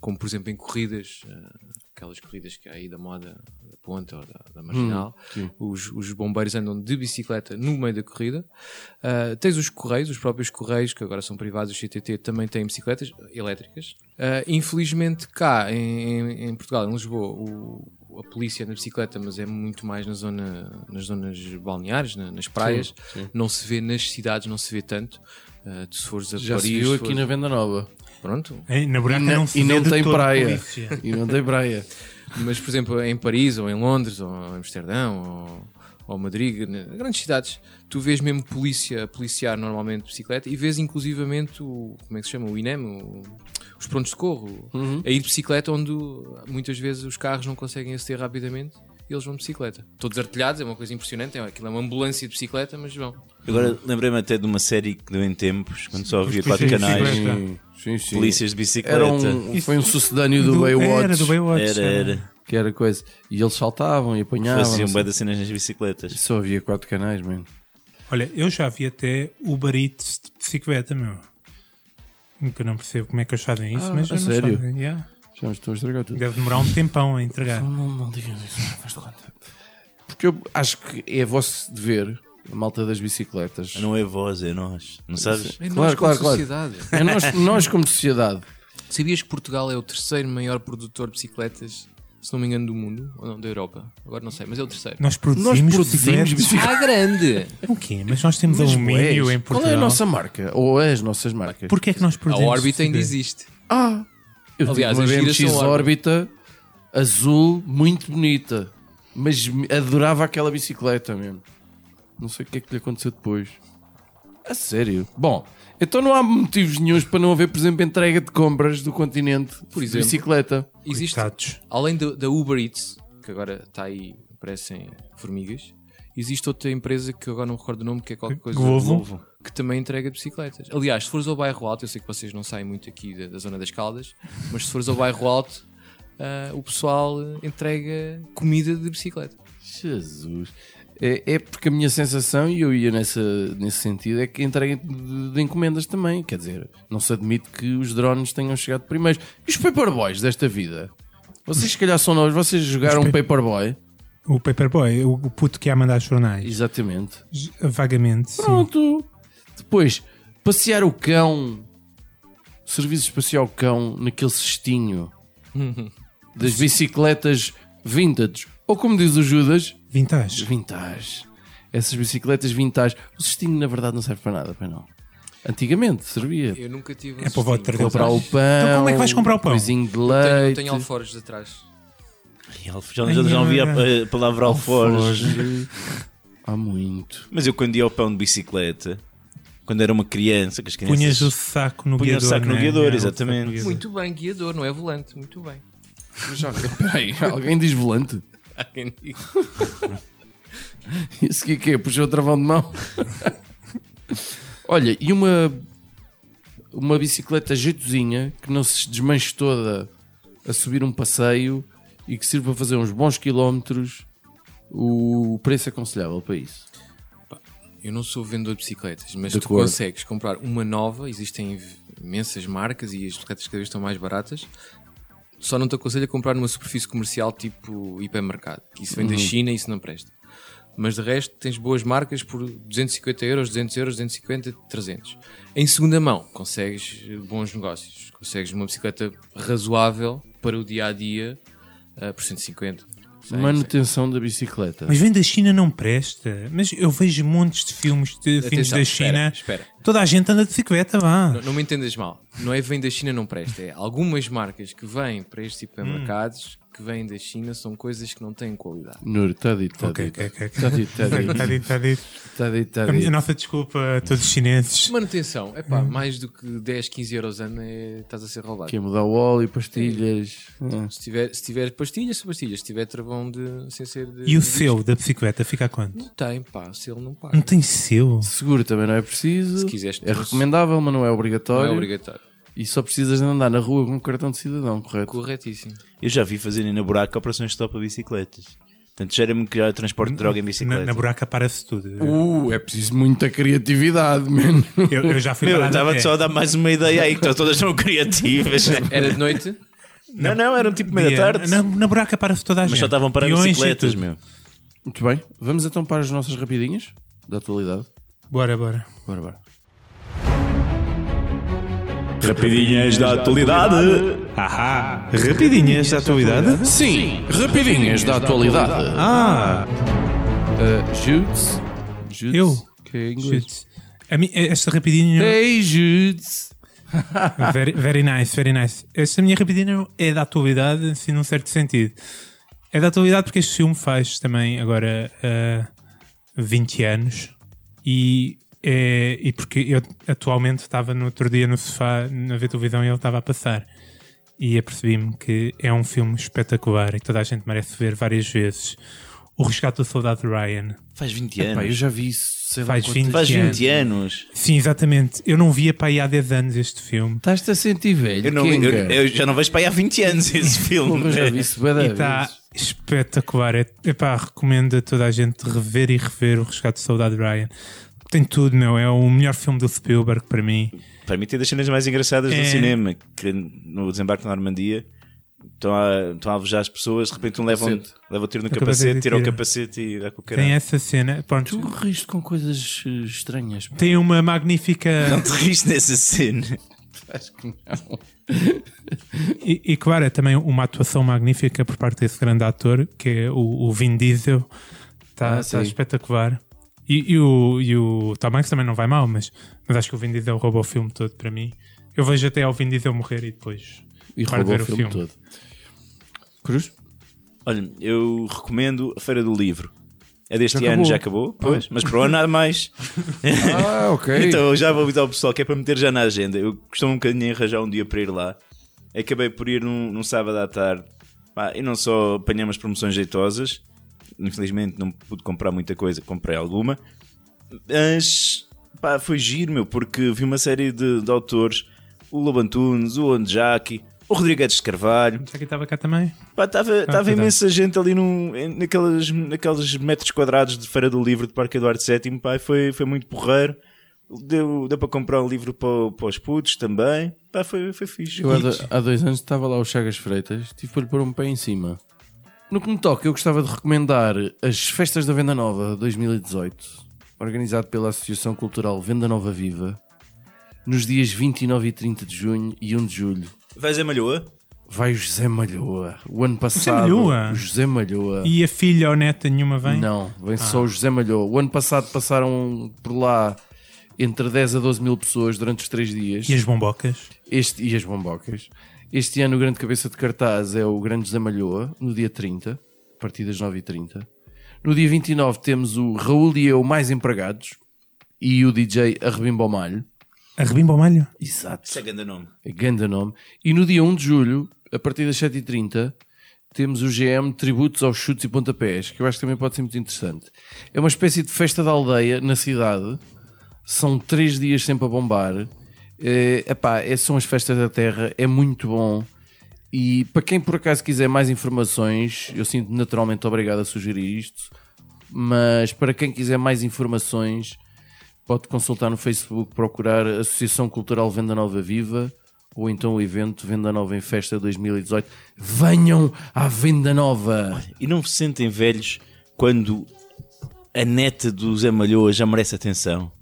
S6: como por exemplo em corridas, eh, aquelas corridas que há aí da moda da ponta ou da, da marginal, os, os bombeiros andam de bicicleta no meio da corrida. Ah, tens os correios, os próprios correios, que agora são privados, os CTT também têm bicicletas elétricas. Ah, infelizmente cá em, em- em Portugal, em Lisboa, o, a polícia na bicicleta, mas é muito mais na zona, nas zonas balneares, na- nas praias. Não se vê nas cidades, não se vê tanto. Ah, tu se fores a
S3: Já
S6: Paris,
S3: se viu
S6: se
S3: aqui
S6: fores-
S3: na Venda Nova.
S6: Pronto.
S5: Hein? Na buraca
S3: Na-
S5: não se
S3: e
S5: vê
S3: não
S5: de
S3: tem
S5: todo
S3: praia.
S5: polícia.
S3: E não tem praia.
S6: Mas, por exemplo, em Paris, ou em Londres, ou em Amsterdão, ou, ou Madrid, né, grandes cidades, tu vês mesmo polícia a policiar normalmente de bicicleta e vês inclusivamente o, como é que se chama, o INEM, o- os prontos de socorro, a ir de bicicleta onde muitas vezes os carros não conseguem aceder rapidamente e eles vão de bicicleta. Todos artilhados, é uma coisa impressionante, é, aquilo é uma ambulância de bicicleta, mas vão.
S4: Agora lembrei-me até de uma série que deu em tempos, quando só havia
S5: Os
S4: quatro
S5: polícias de
S4: canais.
S5: bicicleta.
S3: Sim, sim, sim.
S4: Polícias de bicicleta.
S3: Era um, foi um sucedâneo do,
S5: Do-
S3: Baywatch.
S5: Era do Baywatch.
S4: Era,
S5: era.
S4: era.
S3: Que era coisa. E eles saltavam e apanhavam.
S4: Faziam
S3: não
S4: assim, um bué
S3: sei.
S4: das cenas nas bicicletas.
S3: Só havia quatro canais, mano.
S5: Olha, eu já vi até Uber Eats de bicicleta, meu. Que eu não percebo como é que eles fazem isso,
S3: Ah,
S5: mas
S3: a
S5: eles
S3: sério?
S5: fazem. Yeah.
S3: Já me estou a estragar tudo.
S5: Deve demorar um tempão a entregar.
S3: Não, não digas isso, faz de conta. Porque eu acho que é vosso dever, a malta das bicicletas.
S4: Não é voz, é nós. Não sabes?
S6: É
S3: Claro,
S6: nós como
S3: claro, claro.
S6: sociedade.
S3: É nós, nós como sociedade.
S6: Sabias que Portugal é o terceiro maior produtor de bicicletas, se não me engano, do mundo? Ou não, da Europa? Agora não sei, mas é o terceiro.
S5: Nós
S3: Nós
S5: produzimos,
S3: produzimos
S5: bicicletas.
S3: bicicletas.
S6: À grande!
S5: O quê? Mas nós temos
S3: Mas,
S5: alumínio
S3: pois,
S5: em Portugal.
S3: Qual é a nossa marca? Ou as nossas marcas?
S5: Porquê é que nós
S6: A
S5: produzimos
S6: órbita ainda
S5: bicicletas?
S6: existe.
S3: Ah, eu
S6: Aliás,
S3: tive
S6: as
S3: uma
S6: giras
S3: BMX
S6: são
S3: órbita azul, muito bonita. Mas me- adorava aquela bicicleta mesmo. Não sei o que é que lhe aconteceu depois. A sério? Bom, então não há motivos nenhuns para não haver, por exemplo, entrega de compras do continente por
S6: exemplo.
S3: bicicleta.
S6: Existe.
S5: Coitados.
S6: Além da, da Uber Eats, que agora está aí, parecem formigas, existe outra empresa que eu agora não me recordo o nome, que é qualquer coisa.
S5: Glovo.
S6: Que também entrega bicicletas. Aliás, se fores ao bairro alto, eu sei que vocês não saem muito aqui da, da zona das Caldas, mas se fores ao bairro alto, ah, o pessoal eh, entrega comida de bicicleta.
S3: Jesus. É, é porque a minha sensação, e eu ia nessa, nesse sentido, é que entrega de, de encomendas também. Quer dizer, não se admite que os drones tenham chegado primeiro. E os paperboys desta vida? Vocês, se calhar, são nós, vocês jogaram um paperboy?
S5: O Paperboy, o o puto que ia mandar os jornais.
S3: Exatamente.
S5: Vagamente, sim.
S3: Pronto. Depois, passear o cão. Serviços de passear o cão naquele cestinho das bicicletas vintage. Ou como diz o Judas,
S5: Vintage.
S3: vintage. Essas bicicletas vintage. O cestinho, na verdade, não serve para nada, para não. Antigamente servia.
S6: Eu nunca tive um
S5: É para o voto
S6: cestinho.
S5: de
S3: Comprar o pão.
S5: Então como é que vais comprar o pão?
S3: Coisinho de
S6: Tenho,
S3: leite.
S6: tenho alforjes atrás.
S4: Já, já, já não vi a pa- palavra alforjes.
S3: Alforje. Há muito.
S4: Mas eu quando ia ao pão de bicicleta, quando era uma criança, que as crianças...
S5: Punhas o saco no
S4: Punha o
S5: guiador.
S4: saco no
S5: não é?
S4: guiador,
S5: É, o saco
S4: exatamente.
S5: no guiador.
S6: Muito bem, guiador, não é volante. Muito bem.
S3: Mas já, peraí, alguém diz volante?
S6: Há quem diga.
S3: Isso aqui que é? Puxou o travão de mão? Olha, e uma uma bicicleta jeitozinha que não se desmanche toda a subir um passeio e que sirva para fazer uns bons quilómetros, o preço é aconselhável para isso.
S6: Eu não sou vendedor de bicicletas, mas
S3: De
S6: tu
S3: acordo.
S6: consegues comprar uma nova, existem v- imensas marcas e as bicicletas cada vez estão mais baratas. Só não te aconselho a comprar numa superfície comercial tipo hipermercado. Isso
S3: Uhum.
S6: vem da China e isso não presta. Mas de resto tens boas marcas por 250 euros, 200 euros, 250, 300. Em segunda mão consegues eh, bons negócios. Consegues uma bicicleta razoável para o dia-a-dia eh, por 150.
S3: Tá, é
S6: 100,
S3: Manutenção da bicicleta.
S5: Mas vem da China não presta. Mas eu vejo montes de filmes de filmes
S6: Atenção,
S5: da
S6: espera,
S5: China.
S6: espera.
S5: Toda a gente anda de bicicleta, vá.
S6: Não, não me entendas mal. Não é vem da China, não presta. É algumas marcas que vêm para estes hipermercados que vêm da China são coisas que não têm qualidade.
S3: Nuno, está tá dito, está
S5: Ok,
S3: dito.
S5: ok, ok.
S3: Está dito, está Tá dito.
S5: Está dito, está dito.
S3: Está dito, está
S5: A minha- a
S3: dito.
S5: nossa desculpa a todos os chineses.
S6: Manutenção, é pá, mais do que 10, 15 euros ano é, estás a ser roubado.
S3: Quer mudar o óleo, pastilhas. Ah.
S6: Se tiver, se tiver pastilhas, são pastilhas. Se tiver travão de, sem ser de.
S5: E o
S6: de-
S5: seu da bicicleta fica a quanto?
S6: Não tem, pá, se ele não paga.
S5: Não tem seu.
S3: Seguro também não é preciso.
S6: Se quiseres,
S3: é
S6: tu-
S3: recomendável, mas não é
S6: Não
S3: obrigatório.
S6: é obrigatório.
S3: E só precisas de andar na rua com um cartão de cidadão, correto?
S6: Corretíssimo.
S4: Eu já vi fazerem na buraca operações de stop a bicicletas. Portanto, já era muito criar transporte de droga em
S5: Na,
S4: bicicleta.
S5: na buraca para-se tudo.
S3: Uh, é preciso muita criatividade, mano.
S5: Eu, eu já fui
S4: Meu,
S5: parado a
S4: estava
S5: pé.
S4: só a dar mais uma ideia aí, que to- todas são criativas.
S6: Era de noite?
S4: não, não, era um tipo meia
S5: Dia-
S4: tarde.
S5: Na, na buraca para-se toda a gente.
S4: Mas só estavam para
S5: Peões e
S4: bicicletas,
S5: tudo.
S4: meu.
S3: Muito bem, vamos então para as nossas rapidinhas da atualidade.
S5: Bora, bora.
S3: Bora, bora.
S4: Rapidinhas da atualidade.
S5: Ahá. Rapidinhas da atualidade.
S3: Sim, rapidinhas da atualidade.
S5: Ah.
S3: Uh, Judes. Judes.
S5: Eu?
S3: Que é inglês.
S5: Shit. A mim, esta rapidinha.
S3: Hey, Judes.
S5: Very, very nice, very nice. Esta minha rapidinha é da atualidade, assim, num certo sentido. É da atualidade porque este filme faz também agora ah, 20 anos e, é, e porque eu atualmente estava no outro dia no sofá na ver televisão e ele estava a passar e apercebi-me que é um filme espetacular e toda a gente merece ver várias vezes. O Resgate do Soldado Ryan.
S4: Faz 20
S3: Pá, eu
S4: anos.
S3: já vi isso, sei lá
S5: Faz
S3: quantas-
S5: 20
S4: Faz
S5: anos.
S4: 20 anos.
S5: Sim, exatamente. Eu não via para aí há 10 anos este filme.
S3: Estás-te a sentir velho,
S4: Eu, não- eu-
S3: Kenga.
S4: eu já não vejo para aí há 20 anos esse filme.
S3: é? Porra, já vi isso bué da
S5: E está
S3: vezes.
S5: espetacular. É- Epá, recomendo a toda a gente rever e rever o Resgate de Saudade de Ryan. Tem tudo, meu. É o melhor filme do Spielberg para mim.
S4: Para mim, tem das cenas mais engraçadas
S5: É.
S4: do cinema. Que no desembarque na Normandia estão a, estão a alvejar as pessoas, de repente um leva, um,
S3: Capacete.
S4: leva o tiro no
S5: capacete e
S4: capacete, tira o
S5: tira. é?
S4: capacete e dá com o
S5: Tem
S4: caralho.
S5: essa cena. Pronto,
S3: Tu riste com coisas eh, estranhas. pá.
S5: Tem uma magnífica.
S4: Não te riste nessa cena.
S3: Acho que não.
S5: E, e, claro, é também uma atuação magnífica por parte desse grande ator, que é o, o Vin Diesel. Está
S3: Ah, sim.
S5: espetacular. E, e o, e o Tom Hanks também não vai mal, mas, mas acho que o Vin Diesel roubou o filme todo para mim. Eu vejo até ao Vin Diesel morrer e depois.
S3: E
S5: paro de
S3: roubou
S5: ver
S3: o filme, todo. Cruz?
S4: Olha, eu recomendo a Feira do Livro. É deste
S3: Já
S4: ano,
S3: acabou.
S4: já acabou, pois, mas para o ano há mais.
S3: Ah, ok.
S4: Então eu já vou avisar o pessoal que é para meter já na agenda. Eu costumo um bocadinho arranjar um dia para ir lá. Acabei por ir num, num sábado à tarde. Pá, e não só apanhei umas promoções jeitosas. Infelizmente não pude comprar muita coisa, comprei alguma. Mas pá, foi giro, meu, porque vi uma série de, de autores: o Lobo Antunes, o Onjaki, o Rodrigues de Carvalho.
S5: Será que estava cá também?
S4: Pá, Estava tava
S5: verdade.
S4: imensa gente ali num, em- naquelas, naqueles metros quadrados de Feira do Livro de Parque Eduardo VII. Pá, e foi, foi muito porreiro. Deu, deu para comprar um livro para, para os putos também. Pá, foi, foi fixe.
S3: Eu há, do- há dois anos estava lá o Chagas Freitas, tive para lhe pôr um pé em cima. No que me toca, eu gostava de recomendar as Festas da Venda Nova 2018, organizado pela Associação Cultural Venda Nova Viva, nos dias 29 e 30 de junho e 1 de julho.
S4: Vais a Malhoa?
S3: Vai o José Malhoa. O ano passado.
S5: Malhoa?
S3: o José Malhoa.
S5: E Ah. a filha ou neta nenhuma vem?
S3: Ah. Não, vem só o José Malhoa. O ano passado passaram por lá entre 10 a 12 mil pessoas durante os três dias.
S5: E as bombocas?
S3: Este, e as bombocas. Este ano o grande cabeça de cartaz é o Grande José Malhoa, no dia 30, a partir das 9h30. No dia 29 temos o Raul e eu mais empregados e o DJ Arrebimbo Malho.
S5: A Rebimba ao Malho?
S3: Exato.
S4: Isso é grande nome.
S3: Ganda nome. E no dia 1 de julho, a partir das 7h30, temos o GM Tributos aos Chutes e Pontapés, que eu acho que também pode ser muito interessante. É uma espécie de festa da aldeia na cidade. São três dias sempre a bombar. Eh, epá, é, são as festas da terra, é muito bom. E para quem por acaso quiser mais informações, eu sinto naturalmente obrigado a sugerir isto, mas para quem quiser mais informações, pode consultar no Facebook, procurar Associação Cultural Venda Nova Viva ou então o evento Venda Nova em Festa 2018. Venham à Venda Nova!
S4: E não se sentem velhos quando a neta do Zé Malhoa já merece atenção?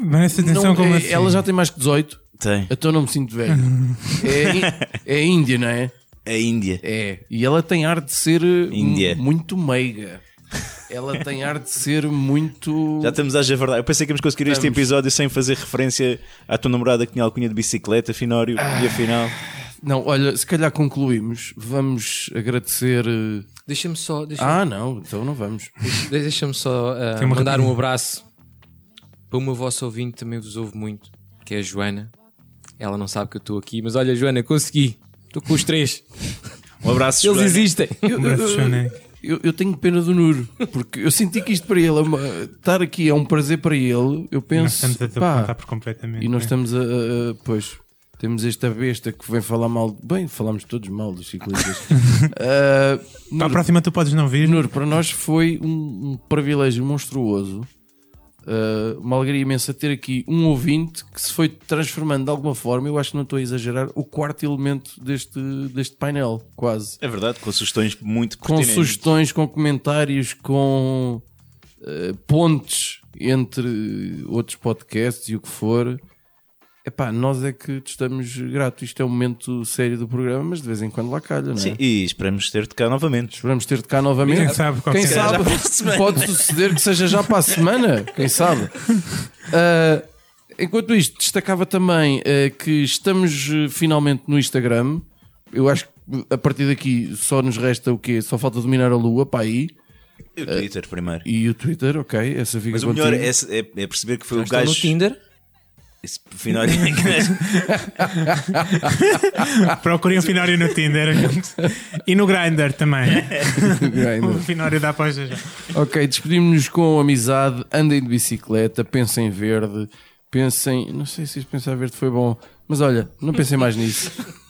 S5: Merece atenção
S3: Não,
S5: como
S3: é-
S5: assim.
S3: Ela já tem mais que 18,
S4: Tem.
S3: então não me sinto velho. é, í- é Índia, não é?
S4: A Índia.
S3: É. E ela tem ar de ser eh,
S4: Índia.
S3: mu- muito meiga. Ela tem ar de ser muito.
S4: Já estamos às verdade. Eu pensei que íamos conseguir este episódio sem fazer referência à tua namorada que tinha alcunha de bicicleta, Finório, e afinal.
S3: Não, olha, se calhar concluímos. Vamos agradecer. eh,
S6: Deixa-me só, deixa
S3: Ah, não, então não vamos.
S6: deixa só ah,
S5: Tem uma
S6: mandar
S5: rapidinha.
S6: um abraço para uma vossa ouvinte que também vos ouve muito, que é a Joana. Ela não sabe que eu estou aqui, mas olha, Joana, consegui. Estou com os três.
S4: Um abraço,
S6: Eles
S4: Joana.
S6: existem.
S3: Eu-
S5: Um abraço, Joana.
S3: Eu, eu tenho pena do Nuro, porque eu senti que isto para ele, é uma- estar aqui é um prazer para ele. Eu
S5: Nós
S3: penso,
S5: estamos a te
S3: pá,
S5: apontar por completamente.
S3: e nós
S5: né?
S3: estamos a, a- a- Pois, temos esta besta que vem falar mal. Bem, falámos todos mal dos ciclistas. Ah,
S5: Para a
S3: Nuro,
S5: próxima tu podes não vir.
S3: Nuro, para nós foi um, um privilégio monstruoso, ah, uma alegria imensa ter aqui um ouvinte que se foi transformando de alguma forma. Eu acho que não estou a exagerar, o quarto elemento deste, deste painel, quase
S4: É verdade, com sugestões muito
S3: com
S4: pertinentes.
S3: sugestões, com comentários, com eh, pontes entre outros podcasts e o que for. Epá, nós é que te estamos gratos. Isto é um momento sério do programa, mas de vez em quando lá calha, não é?
S4: Sim, e esperamos ter-te cá novamente.
S3: Esperamos ter-te cá novamente.
S5: Quem sabe, qualquer
S3: Quem
S5: dia.
S3: sabe,
S4: Já para a semana.
S3: pode suceder que seja já para a semana. Quem sabe? Ah, enquanto isto, destacava também ah, que estamos eh, finalmente no Instagram. Eu acho que a partir daqui só nos resta o quê? Só falta dominar a lua para aí.
S4: E o Twitter primeiro.
S3: E o Twitter, ok. Essa fica
S4: Mas Eh, o
S3: contigo.
S4: melhor é, é- é perceber que foi o
S6: Estou no
S4: gajo.
S6: Tinder.
S4: Esse Finório. que-
S5: Procurem um finório no Tinder e no Grindr também.
S4: é-
S5: O
S3: Grindr.
S5: É, finório dá para já.
S3: ok, despedimos-nos com amizade. Andem de bicicleta, pensem verde, pensem. Não sei se isto pensar verde foi bom, mas olha, não pensem mais nisso.